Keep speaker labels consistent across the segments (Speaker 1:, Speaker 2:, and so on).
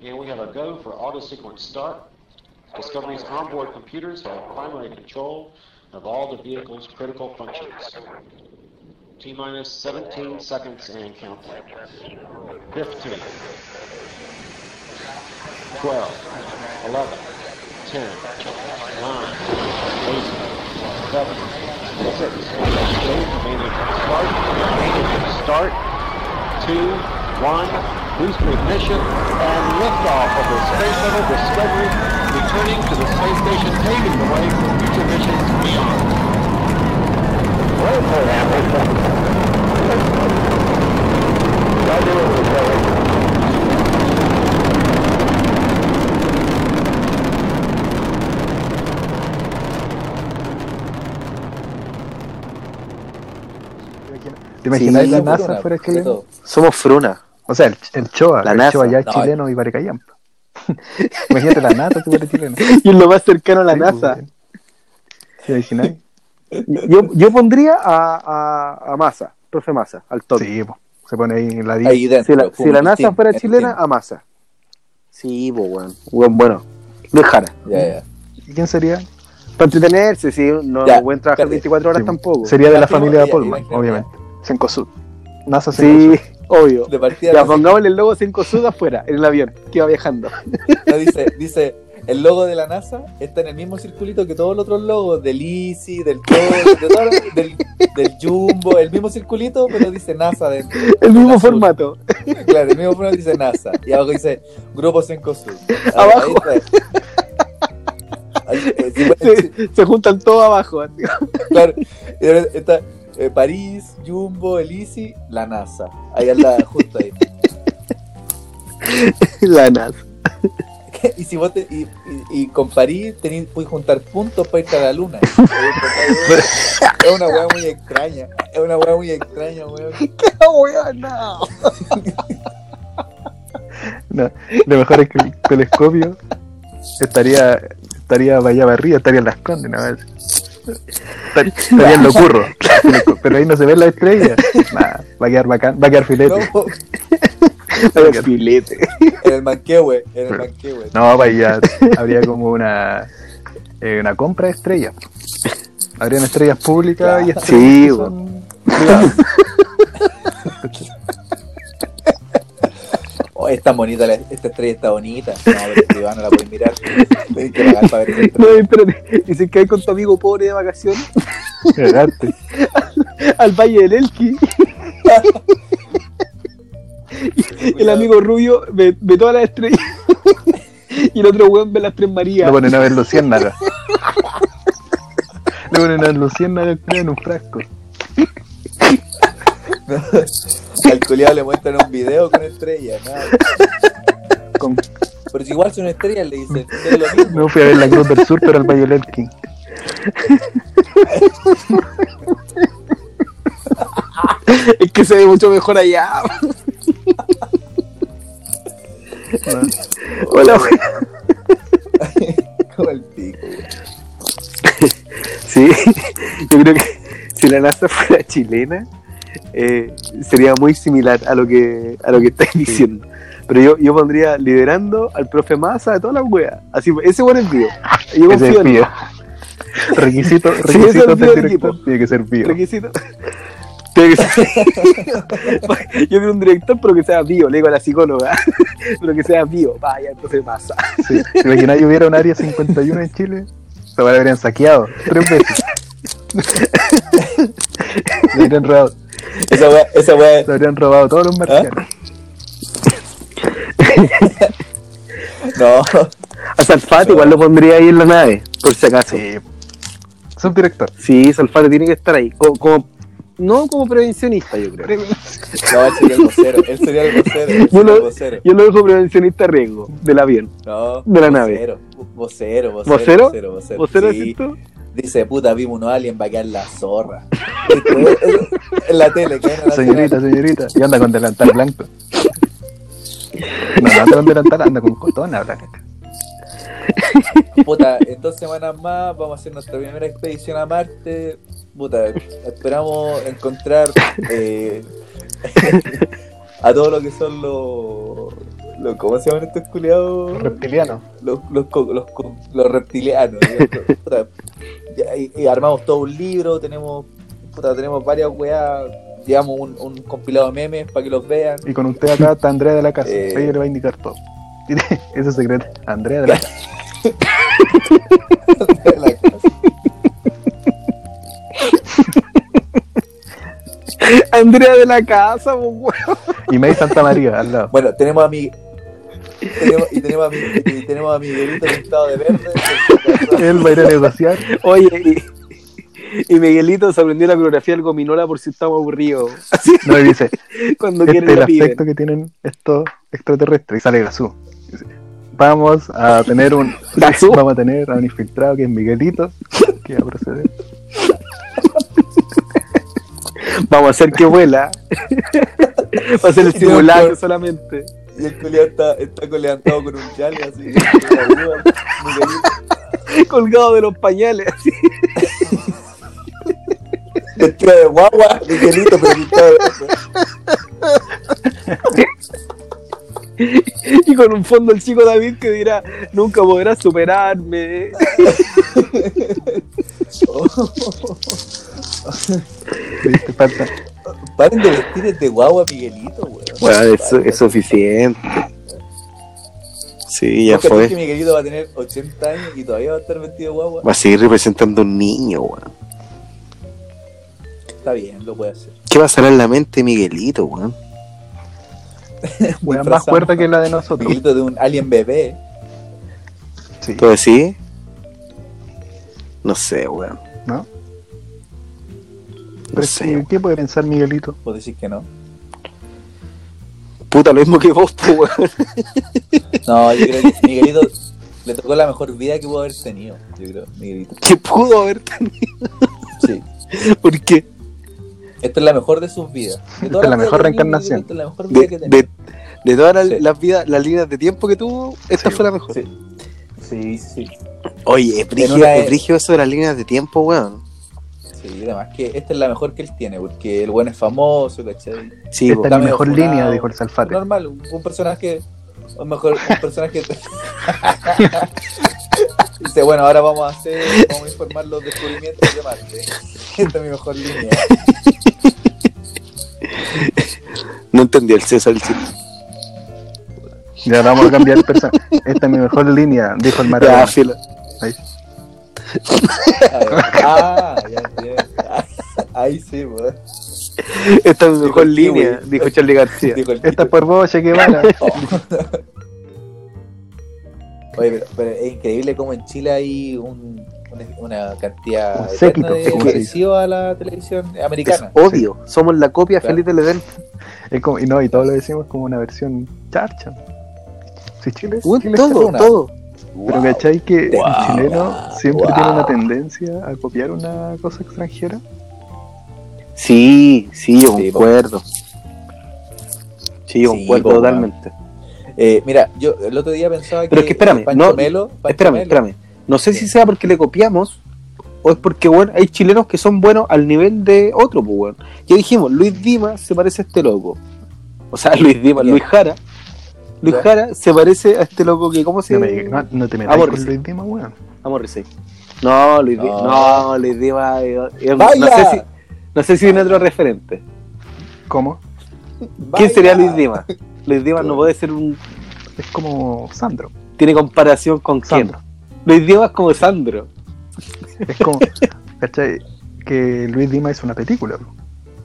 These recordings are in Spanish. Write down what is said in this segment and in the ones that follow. Speaker 1: and we have a go for auto sequence start. Discovery's onboard computers have primary control of all the vehicle's critical functions. T minus 17 seconds and counting. 15, 12, 11, 10, 9, 8, 7, 6, 5, main engine start, main engine start, 2, 1, booster ignition, and liftoff of the Space Shuttle Discovery, returning to the space station, paving the way for future missions beyond.
Speaker 2: ¿Te imagináis
Speaker 3: Sí,
Speaker 2: la
Speaker 3: somos
Speaker 2: NASA
Speaker 3: Fruna,
Speaker 2: fuera
Speaker 3: sobre
Speaker 2: chilena?
Speaker 3: todo. Somos Fruna.
Speaker 2: O sea, el, el Choa,
Speaker 3: La
Speaker 2: el
Speaker 3: NASA.
Speaker 2: Choa ya es
Speaker 3: No,
Speaker 2: chileno y Varecayán. Imagínate la NASA, tú eres chileno.
Speaker 3: Y es lo más cercano a la
Speaker 2: Sí,
Speaker 3: NASA.
Speaker 2: pues, ¿Te imagináis?
Speaker 3: Yo, yo pondría a, a, a Massa, profe Massa, al toque.
Speaker 2: Sí, po. se pone ahí en la 10.
Speaker 4: Ahí dentro,
Speaker 3: Si la,
Speaker 4: pum,
Speaker 3: si la
Speaker 4: el
Speaker 3: NASA
Speaker 4: team,
Speaker 3: fuera
Speaker 4: el
Speaker 3: chilena,
Speaker 4: team.
Speaker 3: a Massa. Sí, pues, weón. Weón, bueno. Luis Jara.
Speaker 4: ah, Ya, ya.
Speaker 2: ¿Y quién sería?
Speaker 3: Para entretenerse, sí, no
Speaker 4: Ya,
Speaker 3: pueden trabajar
Speaker 4: perdí.
Speaker 3: 24 horas
Speaker 2: Sí,
Speaker 3: tampoco.
Speaker 2: Sería de la
Speaker 4: Ya, pero
Speaker 2: familia de
Speaker 4: ella-
Speaker 2: Polman,
Speaker 4: ella-
Speaker 2: obviamente. Sencosud. NASA
Speaker 3: Sí,
Speaker 2: Sencosud.
Speaker 3: obvio.
Speaker 4: De partida
Speaker 3: Ya,
Speaker 4: no sé-
Speaker 3: pongámosle el logo 5 sud afuera, en el avión, que va viajando.
Speaker 4: No, dice, dice, el logo de la NASA está en el mismo circulito que todos los otros logos, del Easy, del Todo, de todo, del, del Jumbo, el mismo circulito, pero dice NASA dentro.
Speaker 3: El mismo
Speaker 4: Azul.
Speaker 3: formato.
Speaker 4: Claro, el mismo formato dice NASA. Y abajo dice Grupo Sencosud. Ahí-
Speaker 3: Abajo.
Speaker 4: ahí está. Ahí, eh, sí, bueno, sí,
Speaker 3: Se, se juntan todos abajo. así.
Speaker 4: claro. Y ahora Está eh, París, Jumbo, el Easy, la NASA. Ahí anda justo ahí.
Speaker 3: La NASA.
Speaker 4: Y si vos te, y, y, y con París tenés, puedes juntar puntos para irte a la luna. es una weá muy extraña. Es una weá muy extraña, weón.
Speaker 3: Oh,
Speaker 2: No, lo mejor es que el telescopio estaría estaría allá arriba, estaría en las condes, ¿no? Estar- Estaría en lo curro. Pero ahí no se ven las estrellas. Nah, va a quedar bacán, va a quedar
Speaker 4: No,
Speaker 2: filete.
Speaker 3: El filete.
Speaker 4: en el manquehue, en el manquehue.
Speaker 2: No, para allá habría como una eh, una compra de estrellas. Habrían estrellas públicas y estrellas
Speaker 3: Sí,
Speaker 2: que
Speaker 3: bo.
Speaker 2: son privadas.
Speaker 4: Oh, es tan bonita, la- esta estrella está bonita. No, pero privada no la puedes mirar. Tenés que pagar para ver esa
Speaker 3: No,
Speaker 4: estrella.
Speaker 3: espérate. Y si caes con tu amigo pobre de vacaciones
Speaker 2: Cagaste.
Speaker 3: al Valle del Elqui, el
Speaker 4: Cuidado.
Speaker 3: amigo rubio ve, ve todas las estrellas y el otro weón ve las tres Marías.
Speaker 2: Lo ponen a ver luciérnagas. Lo ponen a ver luciérnagas creo, en un frasco.
Speaker 4: Al culiado le muestran un video con estrellas. nada.
Speaker 2: Con-
Speaker 4: Pero si igual son estrellas, le dicen. Es lo mismo.
Speaker 2: No fui a ver la Cruz del Sur, pero al Violet King.
Speaker 3: Es que se ve mucho mejor allá. Hola, weón.
Speaker 4: Como el pico, weón.
Speaker 3: Sí, yo creo que si la NASA fuera chilena, eh, sería muy similar a lo que a lo que estáis diciendo. Pero yo, yo pondría liderando al profe Massa de todas las weas. Así, ese buen es mío. Yo
Speaker 2: Ese es
Speaker 3: confío en él.
Speaker 2: pío. Requisito,
Speaker 3: es
Speaker 2: requisito
Speaker 3: el pío
Speaker 2: del
Speaker 3: del
Speaker 2: director.
Speaker 3: equipo.
Speaker 2: Tiene que ser pío.
Speaker 3: Requisito. Tiene que ser- yo quiero un director, pero que sea bio, le digo a la psicóloga, pero que sea bio, vaya, el profe Massa.
Speaker 2: Sí. ¿Te imaginas que hubiera un área 51 en Chile? Se van a habrían saqueado tres veces. Se habrían robado,
Speaker 4: Esa weá, esa weá,
Speaker 2: se habrían robado todos los marcianos.
Speaker 4: no.
Speaker 3: A Salfate igual lo pondría ahí en la nave, por si acaso.
Speaker 2: Sí. Subdirector.
Speaker 3: Sí, Salfate tiene que estar ahí. Como, como- no como prevencionista, yo creo.
Speaker 4: No, él sería el vocero, él sería el vocero, él
Speaker 3: Yo
Speaker 4: sería el
Speaker 3: lo,
Speaker 4: vocero.
Speaker 3: yo lo dejo prevencionista a riesgo del avión.
Speaker 4: No,
Speaker 3: de la
Speaker 4: vocero, Vocero, vocero,
Speaker 3: ¿Vocero?
Speaker 4: vocero, vocero.
Speaker 3: ¿Vos lo
Speaker 4: Sí.
Speaker 3: decís tú?
Speaker 4: Dice, puta, vimos unos aliens, va a quedar la zorra. Después, en la tele, que era la
Speaker 2: Señorita, señorita. Y anda con delantal blanco. No, no anda con delantal, anda con cotona blanca.
Speaker 4: tele. Puta, en dos semanas más vamos a hacer nuestra primera expedición a Marte. Puta, esperamos encontrar eh, a todo lo que son los. los ¿Cómo se llaman estos culiados?
Speaker 5: Reptiliano.
Speaker 4: Los, los, co- los, co- los reptilianos. digo, puta. Ya, y, y armamos todo un libro, tenemos puta, tenemos varias weas, llevamos un, un compilado de memes para que los vean.
Speaker 2: Y con usted acá está Andrea de la Casa.
Speaker 4: Eh.
Speaker 2: Ella le va a indicar todo. Ese es secreto. Andrea de la Casa.
Speaker 4: La casa.
Speaker 3: Andrea de la casa, po, weón.
Speaker 2: Y May Santa María al lado.
Speaker 4: bueno, tenemos a mi. Tenemos, y, tenemos a mi, y tenemos a Miguelito pintado de verde.
Speaker 2: Él va a ir a negociar.
Speaker 3: Oye, y, y Miguelito se aprendió la coreografía del Gominola por si estamos aburridos. Así,
Speaker 2: No le dice,
Speaker 3: cuando
Speaker 2: este es
Speaker 3: quieren
Speaker 2: el
Speaker 3: la piden.
Speaker 2: aspecto que tienen estos extraterrestres. Y sale Gazú. Dice, Vamos a tener un.
Speaker 3: Gazú.
Speaker 2: Vamos a tener a un infiltrado que es Miguelito. Que va a proceder.
Speaker 3: Vamos a hacer que vuela. Va a ser el
Speaker 4: Y no,
Speaker 3: simulacro
Speaker 4: por-
Speaker 3: solamente.
Speaker 4: Y el culiado está, está coleantado con un chale así. Miguelito
Speaker 3: Colgado de los pañales. así.
Speaker 4: vestido de guagua, Miguelito pero pintado de verde.
Speaker 3: Y con un fondo el chico David que dirá, nunca podrás superarme.
Speaker 2: Te falta.
Speaker 4: Paren de vestir de guagua, Miguelito, weón.
Speaker 3: suficiente. Sí,
Speaker 4: Porque tú que Miguelito va a tener 80 años y todavía va a estar vestido de guagua.
Speaker 3: a seguir representando a un niño, weón.
Speaker 4: Está bien, lo puede hacer.
Speaker 3: ¿Qué pasará en la mente de Miguelito, weón?
Speaker 2: Weón, más cuerda que la de nosotros.
Speaker 4: Miguelito de un alien bebé.
Speaker 2: Sí.
Speaker 3: ¿Tú decís? No sé, weón.
Speaker 2: ¿No?
Speaker 3: No
Speaker 2: Pero es
Speaker 3: sé.
Speaker 2: que, ¿Qué puede pensar Miguelito?
Speaker 4: Vos decís que no.
Speaker 3: Puta, lo mismo que vos, po, weón.
Speaker 4: No, yo creo que Miguelito le tocó la mejor vida que pudo haber tenido. Yo creo, Miguelito.
Speaker 3: Que pudo haber tenido.
Speaker 4: Sí.
Speaker 3: Porque
Speaker 4: Esta es la mejor de sus vidas.
Speaker 2: Esta
Speaker 4: De todas
Speaker 2: es la
Speaker 4: las vidas
Speaker 2: mejor
Speaker 4: que tenía,
Speaker 2: reencarnación.
Speaker 4: Miguelito, Esta es la mejor vida
Speaker 3: de,
Speaker 4: que tenía.
Speaker 3: de, de todas las,
Speaker 4: Sí.
Speaker 3: las vidas, las líneas de tiempo que tuvo, esta
Speaker 2: Sí,
Speaker 3: fue la mejor.
Speaker 4: Sí. Sí, sí, sí.
Speaker 3: Oye, es brígido,
Speaker 4: una-
Speaker 3: es brígido eso de las líneas de tiempo, weón.
Speaker 4: Sí, además que esta es la mejor que él tiene, porque el buen es famoso, ¿cachai?
Speaker 3: Sí,
Speaker 2: Esta
Speaker 3: po.
Speaker 2: es la
Speaker 4: medio
Speaker 2: mejor
Speaker 4: funado.
Speaker 2: línea, dijo el Salfate.
Speaker 4: Normal, un un personaje, o mejor, un personaje... Dice, bueno, ahora vamos a hacer, vamos a informar los descubrimientos de Marte. Esta es mi mejor línea.
Speaker 3: no entendí el César. el chiste.
Speaker 2: Ya vamos a cambiar el personaje. Esta es mi mejor línea, dijo el
Speaker 3: Ya,
Speaker 2: Maradona.
Speaker 3: filo.
Speaker 4: A ver. Ah, ya entiendo. Ahí sí, weón.
Speaker 3: Esta es mi mejor
Speaker 4: el kiwi.
Speaker 3: línea, dijo Charlie García.
Speaker 4: Dijo el
Speaker 2: Esta es
Speaker 4: Tito.
Speaker 2: por vos, Che Guevara.
Speaker 4: Oye, pero, pero es increíble cómo en Chile hay un- una, una cantidad
Speaker 2: Un
Speaker 4: eterna
Speaker 2: séquito,
Speaker 4: de
Speaker 2: como se dice.
Speaker 4: parecido a la televisión
Speaker 3: Es
Speaker 4: americana.
Speaker 3: odio. Somos la copia
Speaker 4: Claro.
Speaker 3: feliz del Edén.
Speaker 2: Es como- y no, y todo lo decimos como una versión charcha. Si Chile es,
Speaker 3: Weón,
Speaker 2: Chile es
Speaker 3: todo,
Speaker 2: charruna.
Speaker 3: todo.
Speaker 2: Pero ¿cachai que
Speaker 4: Wow.
Speaker 2: el chileno siempre
Speaker 4: Wow.
Speaker 2: tiene una tendencia a copiar una cosa extranjera?
Speaker 3: Sí, sí, yo
Speaker 4: Sí, po.
Speaker 3: concuerdo. Sí, yo
Speaker 4: Sí,
Speaker 3: concuerdo
Speaker 4: po,
Speaker 3: totalmente.
Speaker 4: Eh, mira, yo el otro día pensaba
Speaker 3: Pero es que espérame,
Speaker 4: Pancho
Speaker 3: no,
Speaker 4: Melo- Pancho
Speaker 3: Espérame,
Speaker 4: Melo-
Speaker 3: espérame. No sé si
Speaker 4: Sí.
Speaker 3: sea porque le copiamos o es porque, bueno, hay chilenos que son buenos al nivel de otro, pues, weón. Ya dijimos, Luis Dimas se parece a este loco. O sea, Luis Dimas,
Speaker 4: Ya.
Speaker 3: Luis Jara. Luis
Speaker 4: Ya.
Speaker 3: Jara se parece a este loco que, ¿cómo se
Speaker 2: No,
Speaker 3: llama?
Speaker 2: me- no- no te metas
Speaker 4: Ah,
Speaker 3: Amor,
Speaker 2: con
Speaker 3: sí.
Speaker 2: Luis Dimas, weón.
Speaker 3: A Morrissey. No, Luis Dimas.
Speaker 4: No.
Speaker 3: No, Luis Dimas. es- es-
Speaker 4: ¡Baila!
Speaker 3: No sé si, no sé si tiene otro referente.
Speaker 2: ¿Cómo?
Speaker 3: ¿Quién
Speaker 4: Vaya.
Speaker 3: sería Luis Dimas? Luis Dimas no puede ser un.
Speaker 2: Es como Sandro.
Speaker 3: Tiene comparación con quién.
Speaker 2: Sandro.
Speaker 3: Luis Dimas como Sandro.
Speaker 2: Es como, ¿cachai? Que Luis Dimas hizo una película. bro.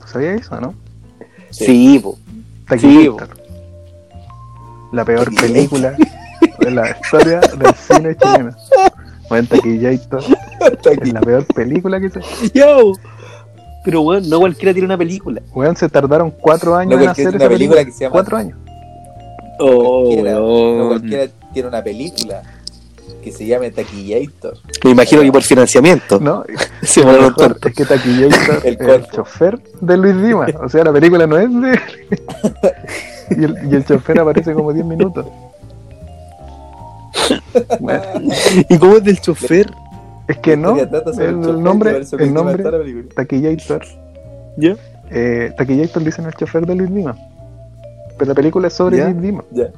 Speaker 2: ¿Sabías eso, no?
Speaker 3: Sí,
Speaker 4: Sí.
Speaker 3: po.
Speaker 2: Taquillista. la peor película de la historia del cine chileno. Buen taquillator.
Speaker 4: Está aquí.
Speaker 2: Es la peor película que se.
Speaker 3: Yo. Pero weón, no cualquiera tiene una película.
Speaker 2: Weón, se tardaron cuatro años
Speaker 4: No,
Speaker 2: en
Speaker 4: porque
Speaker 2: hacer
Speaker 4: es una
Speaker 2: esa
Speaker 4: película
Speaker 2: película.
Speaker 4: que se llama-
Speaker 2: Cuatro años.
Speaker 3: Oh,
Speaker 4: Cualquiera, no
Speaker 3: weón.
Speaker 4: cualquiera tiene una película que se llame Taquillator.
Speaker 3: Me imagino que por financiamiento.
Speaker 2: ¿No?
Speaker 3: Se
Speaker 2: Lo
Speaker 3: van a
Speaker 2: mejor es que Taquillator
Speaker 4: El
Speaker 2: el,
Speaker 4: cuerpo.
Speaker 2: el chofer de Luis Dimas. O sea, la película no es de él. y, el, y el chofer aparece como 10 minutos. Bueno,
Speaker 3: ¿Y cómo es del chofer?
Speaker 2: es que no.
Speaker 4: Historia trata sobre
Speaker 2: El,
Speaker 4: chofer que
Speaker 2: nombre,
Speaker 4: parece
Speaker 2: el
Speaker 4: víctima de
Speaker 2: nombre
Speaker 4: toda la película.
Speaker 2: Taquillator.
Speaker 3: ¿Ya?
Speaker 2: Eh, Taquillator dicen el chofer de Luis Dimas. Pero la película es sobre
Speaker 3: ¿Ya?
Speaker 2: Jim Dimon.
Speaker 4: Ya.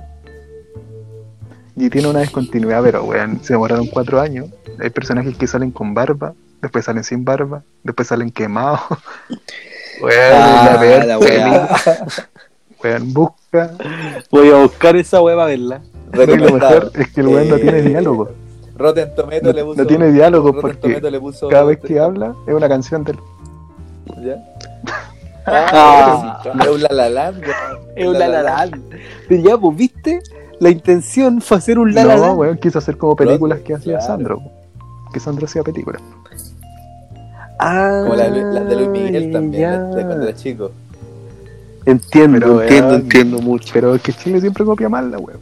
Speaker 2: Y tiene una descontinuidad, pero weón, se demoraron cuatro años. Hay personajes que salen con barba, después salen sin barba, después salen quemados. Weón,
Speaker 3: Ah,
Speaker 2: la peor
Speaker 3: la
Speaker 2: peli.
Speaker 3: weá.
Speaker 2: Weón, busca.
Speaker 3: Voy a buscar esa weá para verla.
Speaker 2: Y lo
Speaker 4: Recomendado.
Speaker 2: mejor es que el weón no
Speaker 4: Eh,
Speaker 2: tiene diálogo.
Speaker 4: Rotten Tomato
Speaker 2: No,
Speaker 4: le
Speaker 2: no
Speaker 4: puso.
Speaker 2: tiene diálogo
Speaker 4: Rotten
Speaker 2: porque
Speaker 4: Tomato le puso-
Speaker 2: Cada vez que habla es una canción del.
Speaker 4: ¿Ya?
Speaker 3: Ah.
Speaker 4: Ah, Es un la la Land, ya.
Speaker 3: Es un la la Land. Pero ya, pues, ¿viste? La intención fue hacer un la la
Speaker 2: No,
Speaker 3: Land.
Speaker 2: weón, quiso hacer como películas que hacía
Speaker 4: Claro.
Speaker 2: Sandro. Que Sandro hacía películas.
Speaker 3: Ah,
Speaker 4: Como la, la de Luis Miguel también,
Speaker 3: ya.
Speaker 4: de, de cuando era chico.
Speaker 3: Entiendo,
Speaker 2: Pero,
Speaker 3: entiendo,
Speaker 2: weón.
Speaker 3: entiendo mucho.
Speaker 2: Pero es que Chile siempre copia mal la weón.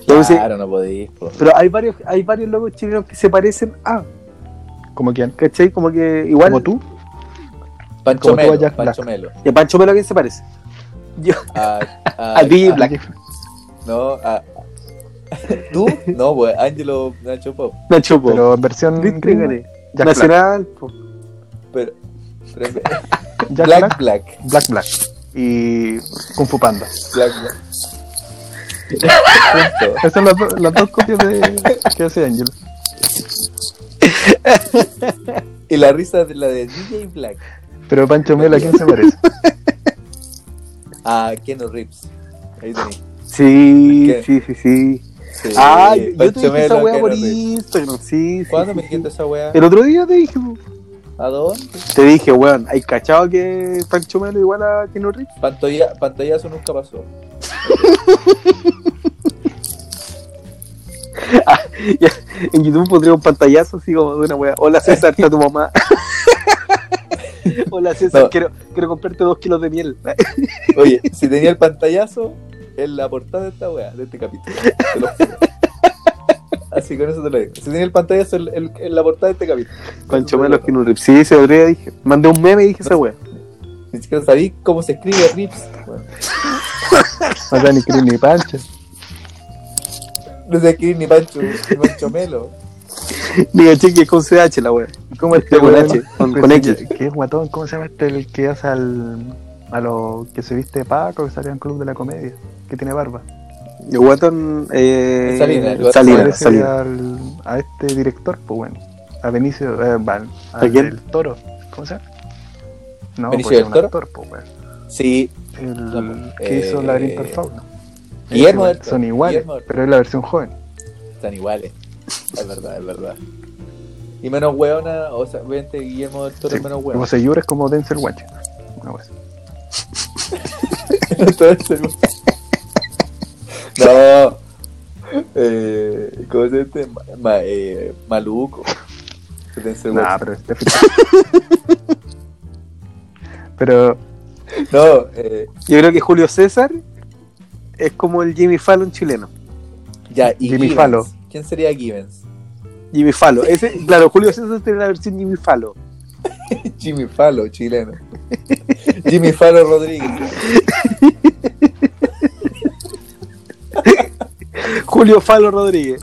Speaker 3: Entonces,
Speaker 4: Claro, no podéis. po.
Speaker 3: pero hay varios, hay varios locos chilenos que se parecen a,
Speaker 2: Como quien.
Speaker 3: ¿cachai? Como que igual.
Speaker 2: Como tú.
Speaker 4: Pancho
Speaker 2: como tú a
Speaker 4: Melo,
Speaker 2: Jack
Speaker 4: Pancho
Speaker 2: Black.
Speaker 4: Melo.
Speaker 3: ¿Y a Pancho Melo a quién se parece? Yo,
Speaker 4: A, a,
Speaker 3: a DJ
Speaker 2: Ah,
Speaker 3: Black.
Speaker 4: No, a. ¿Tú? No, pues, Angelo Nacho Pop.
Speaker 3: Nacho, po.
Speaker 2: Pero en versión.
Speaker 3: ¿Viste,
Speaker 2: gringa,
Speaker 3: gané?
Speaker 2: Jack
Speaker 3: eh. Nacional, po.
Speaker 4: Pero. pero-
Speaker 2: Black, Jack Black,
Speaker 4: Black, Black.
Speaker 2: Black Black. Y Kung Fu Panda.
Speaker 4: Black, Black. Punto.
Speaker 2: Esas son las, do- las dos copias de, que hace Angelo.
Speaker 4: Y la risa de la de DJ Black.
Speaker 2: Pero Pancho Melo, ¿a quién se parece?
Speaker 4: A Ah, Keanu Reeves. Ahí tenéis.
Speaker 3: Sí,
Speaker 4: ¿Qué?
Speaker 3: sí, sí, sí.
Speaker 4: Sí,
Speaker 3: Ah, yo- yo te
Speaker 4: Pancho
Speaker 3: dije esa
Speaker 4: Melo,
Speaker 3: weá
Speaker 4: Keanu
Speaker 3: por
Speaker 4: Reeves.
Speaker 3: Instagram. Sí, sí,
Speaker 4: ¿Cuándo
Speaker 3: sí,
Speaker 4: me
Speaker 3: sí.
Speaker 4: dijiste esa weá?
Speaker 3: El otro día te dije, po.
Speaker 4: ¿A dónde?
Speaker 3: te dije, weón, ¿hay cachado que Pancho Melo igual a Keanu Reeves?
Speaker 4: Pantoya, pantallazo nunca pasó.
Speaker 3: En YouTube pondría un pantallazo así como de una wea. Hola César, está tu mamá. Hola César,
Speaker 4: No.
Speaker 3: quiero, quiero comprarte dos kilos de miel.
Speaker 4: Oye, si tenía el pantallazo, es la portada de esta weá, de este capítulo. Te lo juro. Así con eso te lo digo. Si tenía el pantallazo, el- el- en la portada de este capítulo.
Speaker 3: Pancho Melo, Keanu Reeves. Sí, se podría, dije. Mandé un meme y dije esa wea.
Speaker 4: Ni siquiera sabí cómo se escribe Rips. weón.
Speaker 2: No sea ni Chris ni Pancho.
Speaker 4: No sé escribir ni Pancho, ni Pancho Melo.
Speaker 3: Diga, che, que es con CH la wea.
Speaker 2: ¿Cómo este
Speaker 3: Con
Speaker 2: weón?
Speaker 3: H, con-
Speaker 2: Pues
Speaker 3: con
Speaker 2: sí,
Speaker 3: X.
Speaker 2: Que es guatón. ¿Cómo se llama este el que hace al. a lo que se viste de Paco, que salía en Club de la Comedia? Que tiene barba.
Speaker 3: El Guatón. Eh,
Speaker 4: Salinas,
Speaker 3: Salinas,
Speaker 2: Se
Speaker 3: Salinas.
Speaker 2: parece al- a este director, pues bueno, a Benicio, eh, van,
Speaker 3: ¿A quién?
Speaker 2: El Toro, ¿cómo se llama? No,
Speaker 4: ¿Benicio
Speaker 2: pues,
Speaker 4: del
Speaker 2: un
Speaker 4: Toro?
Speaker 2: actor, pues bueno.
Speaker 4: Sí,
Speaker 2: El
Speaker 4: No, pues,
Speaker 2: que hizo
Speaker 4: eh,
Speaker 2: Laberinto del Fauno.
Speaker 4: Guillermo del Toro,
Speaker 2: Son iguales,
Speaker 4: Guillermo del-
Speaker 2: pero es la versión joven.
Speaker 4: están iguales. Es verdad, es verdad. Y menos weona, o sea, obviamente Guillermo del Toro
Speaker 2: Sí.
Speaker 4: es menos
Speaker 2: Como
Speaker 4: weón.
Speaker 2: se llora es como Denzel Washington. Una wea así.
Speaker 4: Entonces, no. Eh, ¿Cómo se dice? Ma- ma- eh, maluco. Denzel
Speaker 2: Nah,
Speaker 4: Washington.
Speaker 2: pero este Pero
Speaker 4: No, eh,
Speaker 3: Yo creo que Julio César es como el Jimmy Fallon chileno.
Speaker 4: ya, y
Speaker 2: Jimmy
Speaker 4: Gibbons.
Speaker 2: Fallon.
Speaker 4: ¿Quién sería Gibbons?
Speaker 3: Jimmy Fallon. Ese, claro, Julio César tiene la versión Jimmy Fallon.
Speaker 4: Jimmy Fallon, chileno. Jimmy Fallon Rodríguez.
Speaker 3: Julio Fallon Rodríguez.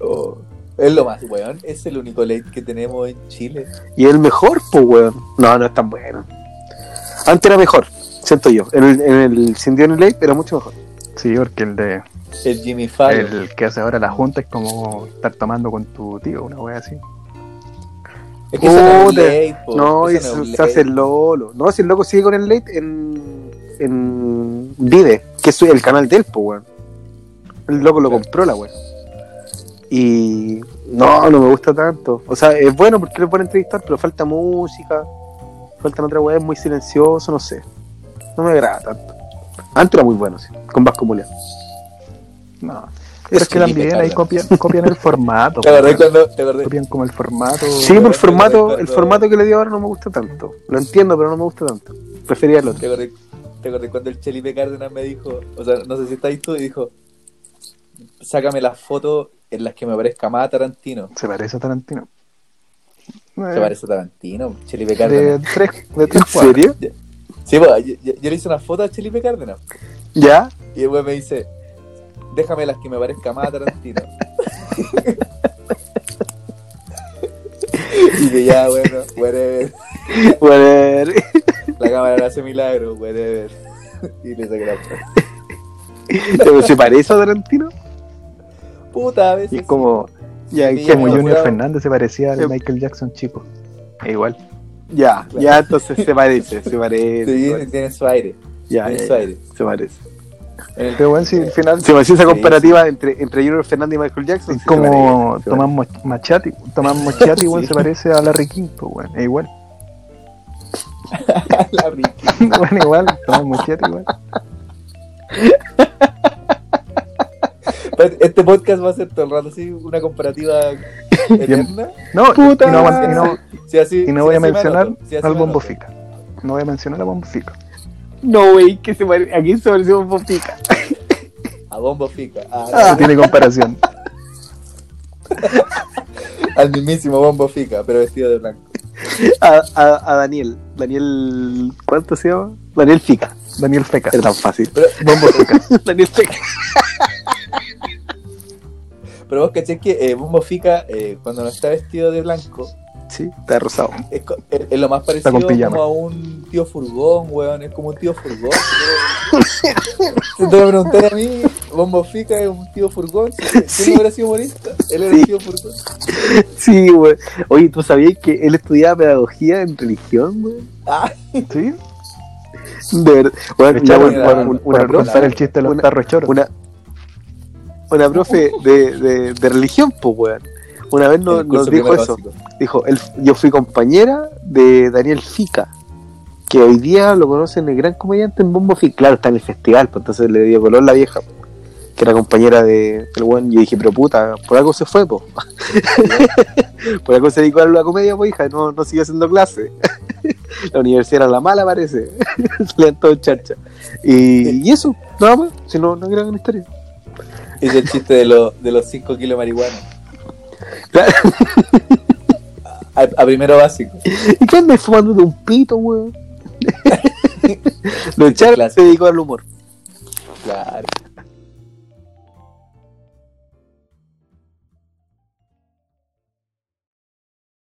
Speaker 4: Oh, es lo más, weón. Es el único late que tenemos en Chile.
Speaker 3: Y el mejor, pues, weón. No, no es tan bueno. Antes era mejor, siento yo. En el, en el Sin Dios ni Ley era mucho mejor.
Speaker 2: sí, porque el de
Speaker 4: El Jimmy Fallon.
Speaker 2: el que hace ahora la junta es como estar tomando con tu tío, una wea así.
Speaker 4: Es que ese no es un
Speaker 3: Puta.
Speaker 4: late, po.
Speaker 3: no,
Speaker 4: Ese
Speaker 3: eso
Speaker 4: no es un
Speaker 3: se hace
Speaker 4: late.
Speaker 3: el Lolo. No, si el loco sigue con el late en, en Vive, que es el canal del, po, weón. El loco lo
Speaker 4: Claro.
Speaker 3: compró la weón. Y no, no me gusta tanto. O sea, es bueno porque lo pueden entrevistar, pero falta música, faltan otra weón, es muy silencioso, no sé. No me agrada tanto. Antes era muy bueno, sí, con Vasco Mulea.
Speaker 2: No. Pero es que
Speaker 4: que
Speaker 2: también ahí
Speaker 4: impecable.
Speaker 2: copian, copian el formato.
Speaker 4: Te acordé
Speaker 2: weón.
Speaker 4: cuando. Te acordé.
Speaker 2: copian como el formato.
Speaker 3: Sí, pero el
Speaker 4: Recuerdo,
Speaker 3: formato, el
Speaker 4: recuerdo-
Speaker 3: formato que le dio ahora no me gusta tanto. Lo entiendo, pero no me gusta tanto. Prefería el otro.
Speaker 4: ¿Te acordás, te acordás cuando el Chelipe Cárdenas me dijo, o sea, no sé si estáis tú, y dijo, sácame las fotos en las que me parezca más a
Speaker 3: Eh.
Speaker 4: Tarantino.
Speaker 2: Se parece a Tarantino.
Speaker 4: ¿Te parece a Tarantino? Chelipe
Speaker 2: Eh, de
Speaker 4: Cárdenas.
Speaker 2: tres, de
Speaker 3: ¿En
Speaker 2: tres cuadros.
Speaker 3: serio?
Speaker 4: Sí, pues, yo, yo- yo le hice una foto a Chelipe Cárdenas.
Speaker 3: ¿Ya?
Speaker 4: Y el güey me dice, déjame las que me parezca más a Tarantino. Y que ya, bueno, whatever.
Speaker 3: Whatever.
Speaker 4: La cámara no hace milagro, whatever. Y le saqué la foto.
Speaker 3: Pero se parece a Tarantino.
Speaker 4: Puta, a veces.
Speaker 2: Y es como,
Speaker 3: Ya,
Speaker 4: Sí,
Speaker 3: ¿qué
Speaker 2: como
Speaker 4: no,
Speaker 2: Junior
Speaker 4: pero-
Speaker 2: Fernández se parecía
Speaker 3: Sí.
Speaker 2: al Michael Jackson chico. E igual.
Speaker 3: Ya, ya, entonces se parece, se
Speaker 4: sí.
Speaker 3: parece. se
Speaker 4: Sí,
Speaker 3: parece.
Speaker 4: tiene su aire.
Speaker 3: Ya,
Speaker 4: tiene
Speaker 3: ya,
Speaker 4: su
Speaker 3: ya,
Speaker 4: aire.
Speaker 3: se parece.
Speaker 4: En el-
Speaker 2: Pero bueno, si al final
Speaker 3: Se me hacía esa
Speaker 4: Sí,
Speaker 3: comparativa entre, entre Junior Fernández y Michael Jackson.
Speaker 2: es
Speaker 3: sí, se
Speaker 2: como
Speaker 3: parece, se
Speaker 2: Tomás Mo- Machati. Tomás Machati, weón,
Speaker 3: Sí.
Speaker 2: se parece a Larry King, pues, weón. E igual.
Speaker 4: la Ricky.
Speaker 2: bueno, igual. Tomás Machati, igual.
Speaker 4: Pero Este podcast va a ser todo el rato así, una comparativa eterna.
Speaker 2: No,
Speaker 3: Puta.
Speaker 2: y no, vamos- y no-
Speaker 4: Sí, así,
Speaker 2: y no
Speaker 4: sí,
Speaker 2: voy a
Speaker 4: así me
Speaker 2: mencionar
Speaker 4: anoto, sí, así
Speaker 2: al
Speaker 4: me
Speaker 2: Bombo
Speaker 4: anoto.
Speaker 2: Fica. No voy a mencionar al Bombo Fica.
Speaker 3: parece. No, wey, que se parece. Aquí se pareció un poquito.
Speaker 4: A Bombo Fica. ah,
Speaker 2: No
Speaker 4: a-
Speaker 2: tiene comparación.
Speaker 4: Al mismísimo Bombo Fica, pero vestido de blanco.
Speaker 3: A, a, a Daniel. Daniel. ¿Cuánto se llama? Daniel Fica.
Speaker 2: Daniel Feca.
Speaker 3: Era tan fácil.
Speaker 4: Pero,
Speaker 2: Bombo Fica.
Speaker 3: Daniel Fica.
Speaker 4: pero vos caché que eh, Bombo Fica, eh, cuando no está vestido de blanco,
Speaker 3: Sí, está rosado.
Speaker 4: es, co- es- es lo más
Speaker 2: Está
Speaker 4: parecido
Speaker 2: con pijama.
Speaker 4: como a un tío furgón, weón. Es como un tío furgón. pero- si te lo preguntas a mí, Bombo Fica es un tío furgón. Si- ¿Quién
Speaker 3: Sí.
Speaker 4: no hubiera sido humorista? Él era
Speaker 3: Sí.
Speaker 4: el tío furgón.
Speaker 3: Sí, güey. Oye, ¿tú sabías que él estudiaba pedagogía en religión, güey?
Speaker 4: Ah,
Speaker 2: ¿Sí?
Speaker 3: De verdad. Bueno,
Speaker 2: Por-
Speaker 4: Echaron
Speaker 2: por-
Speaker 4: una-
Speaker 2: por-
Speaker 3: una,
Speaker 2: por
Speaker 3: profe,
Speaker 2: contar el chiste de los
Speaker 3: una-
Speaker 2: tarros choros.
Speaker 3: una, una profe de, de, de religión, pues, weón. Una vez nos,
Speaker 4: el curso
Speaker 3: nos dijo
Speaker 4: primero
Speaker 3: eso.
Speaker 4: básico.
Speaker 3: Dijo, él, yo fui compañera de Daniel Fica, que hoy día lo conocen el gran comediante en Bombo Fica. Claro, está en el festival, pues entonces le dio color la vieja, pues, que era compañera de, del weón. Yo dije, pero puta, por algo se fue, po. por algo se dedicó a la comedia, pues, hija, no, no siguió haciendo clase. la universidad era la mala, parece. se le todo chacha. Y, y eso, nada más, si no, no gran historia.
Speaker 4: Es el chiste de, lo- de los 5 kilos de marihuana.
Speaker 3: Claro.
Speaker 4: A, a primero básico.
Speaker 3: ¿Y qué andas fumando de un pito, weón? Lo echaron,
Speaker 4: Clase.
Speaker 3: se dedicó al humor.
Speaker 4: Claro.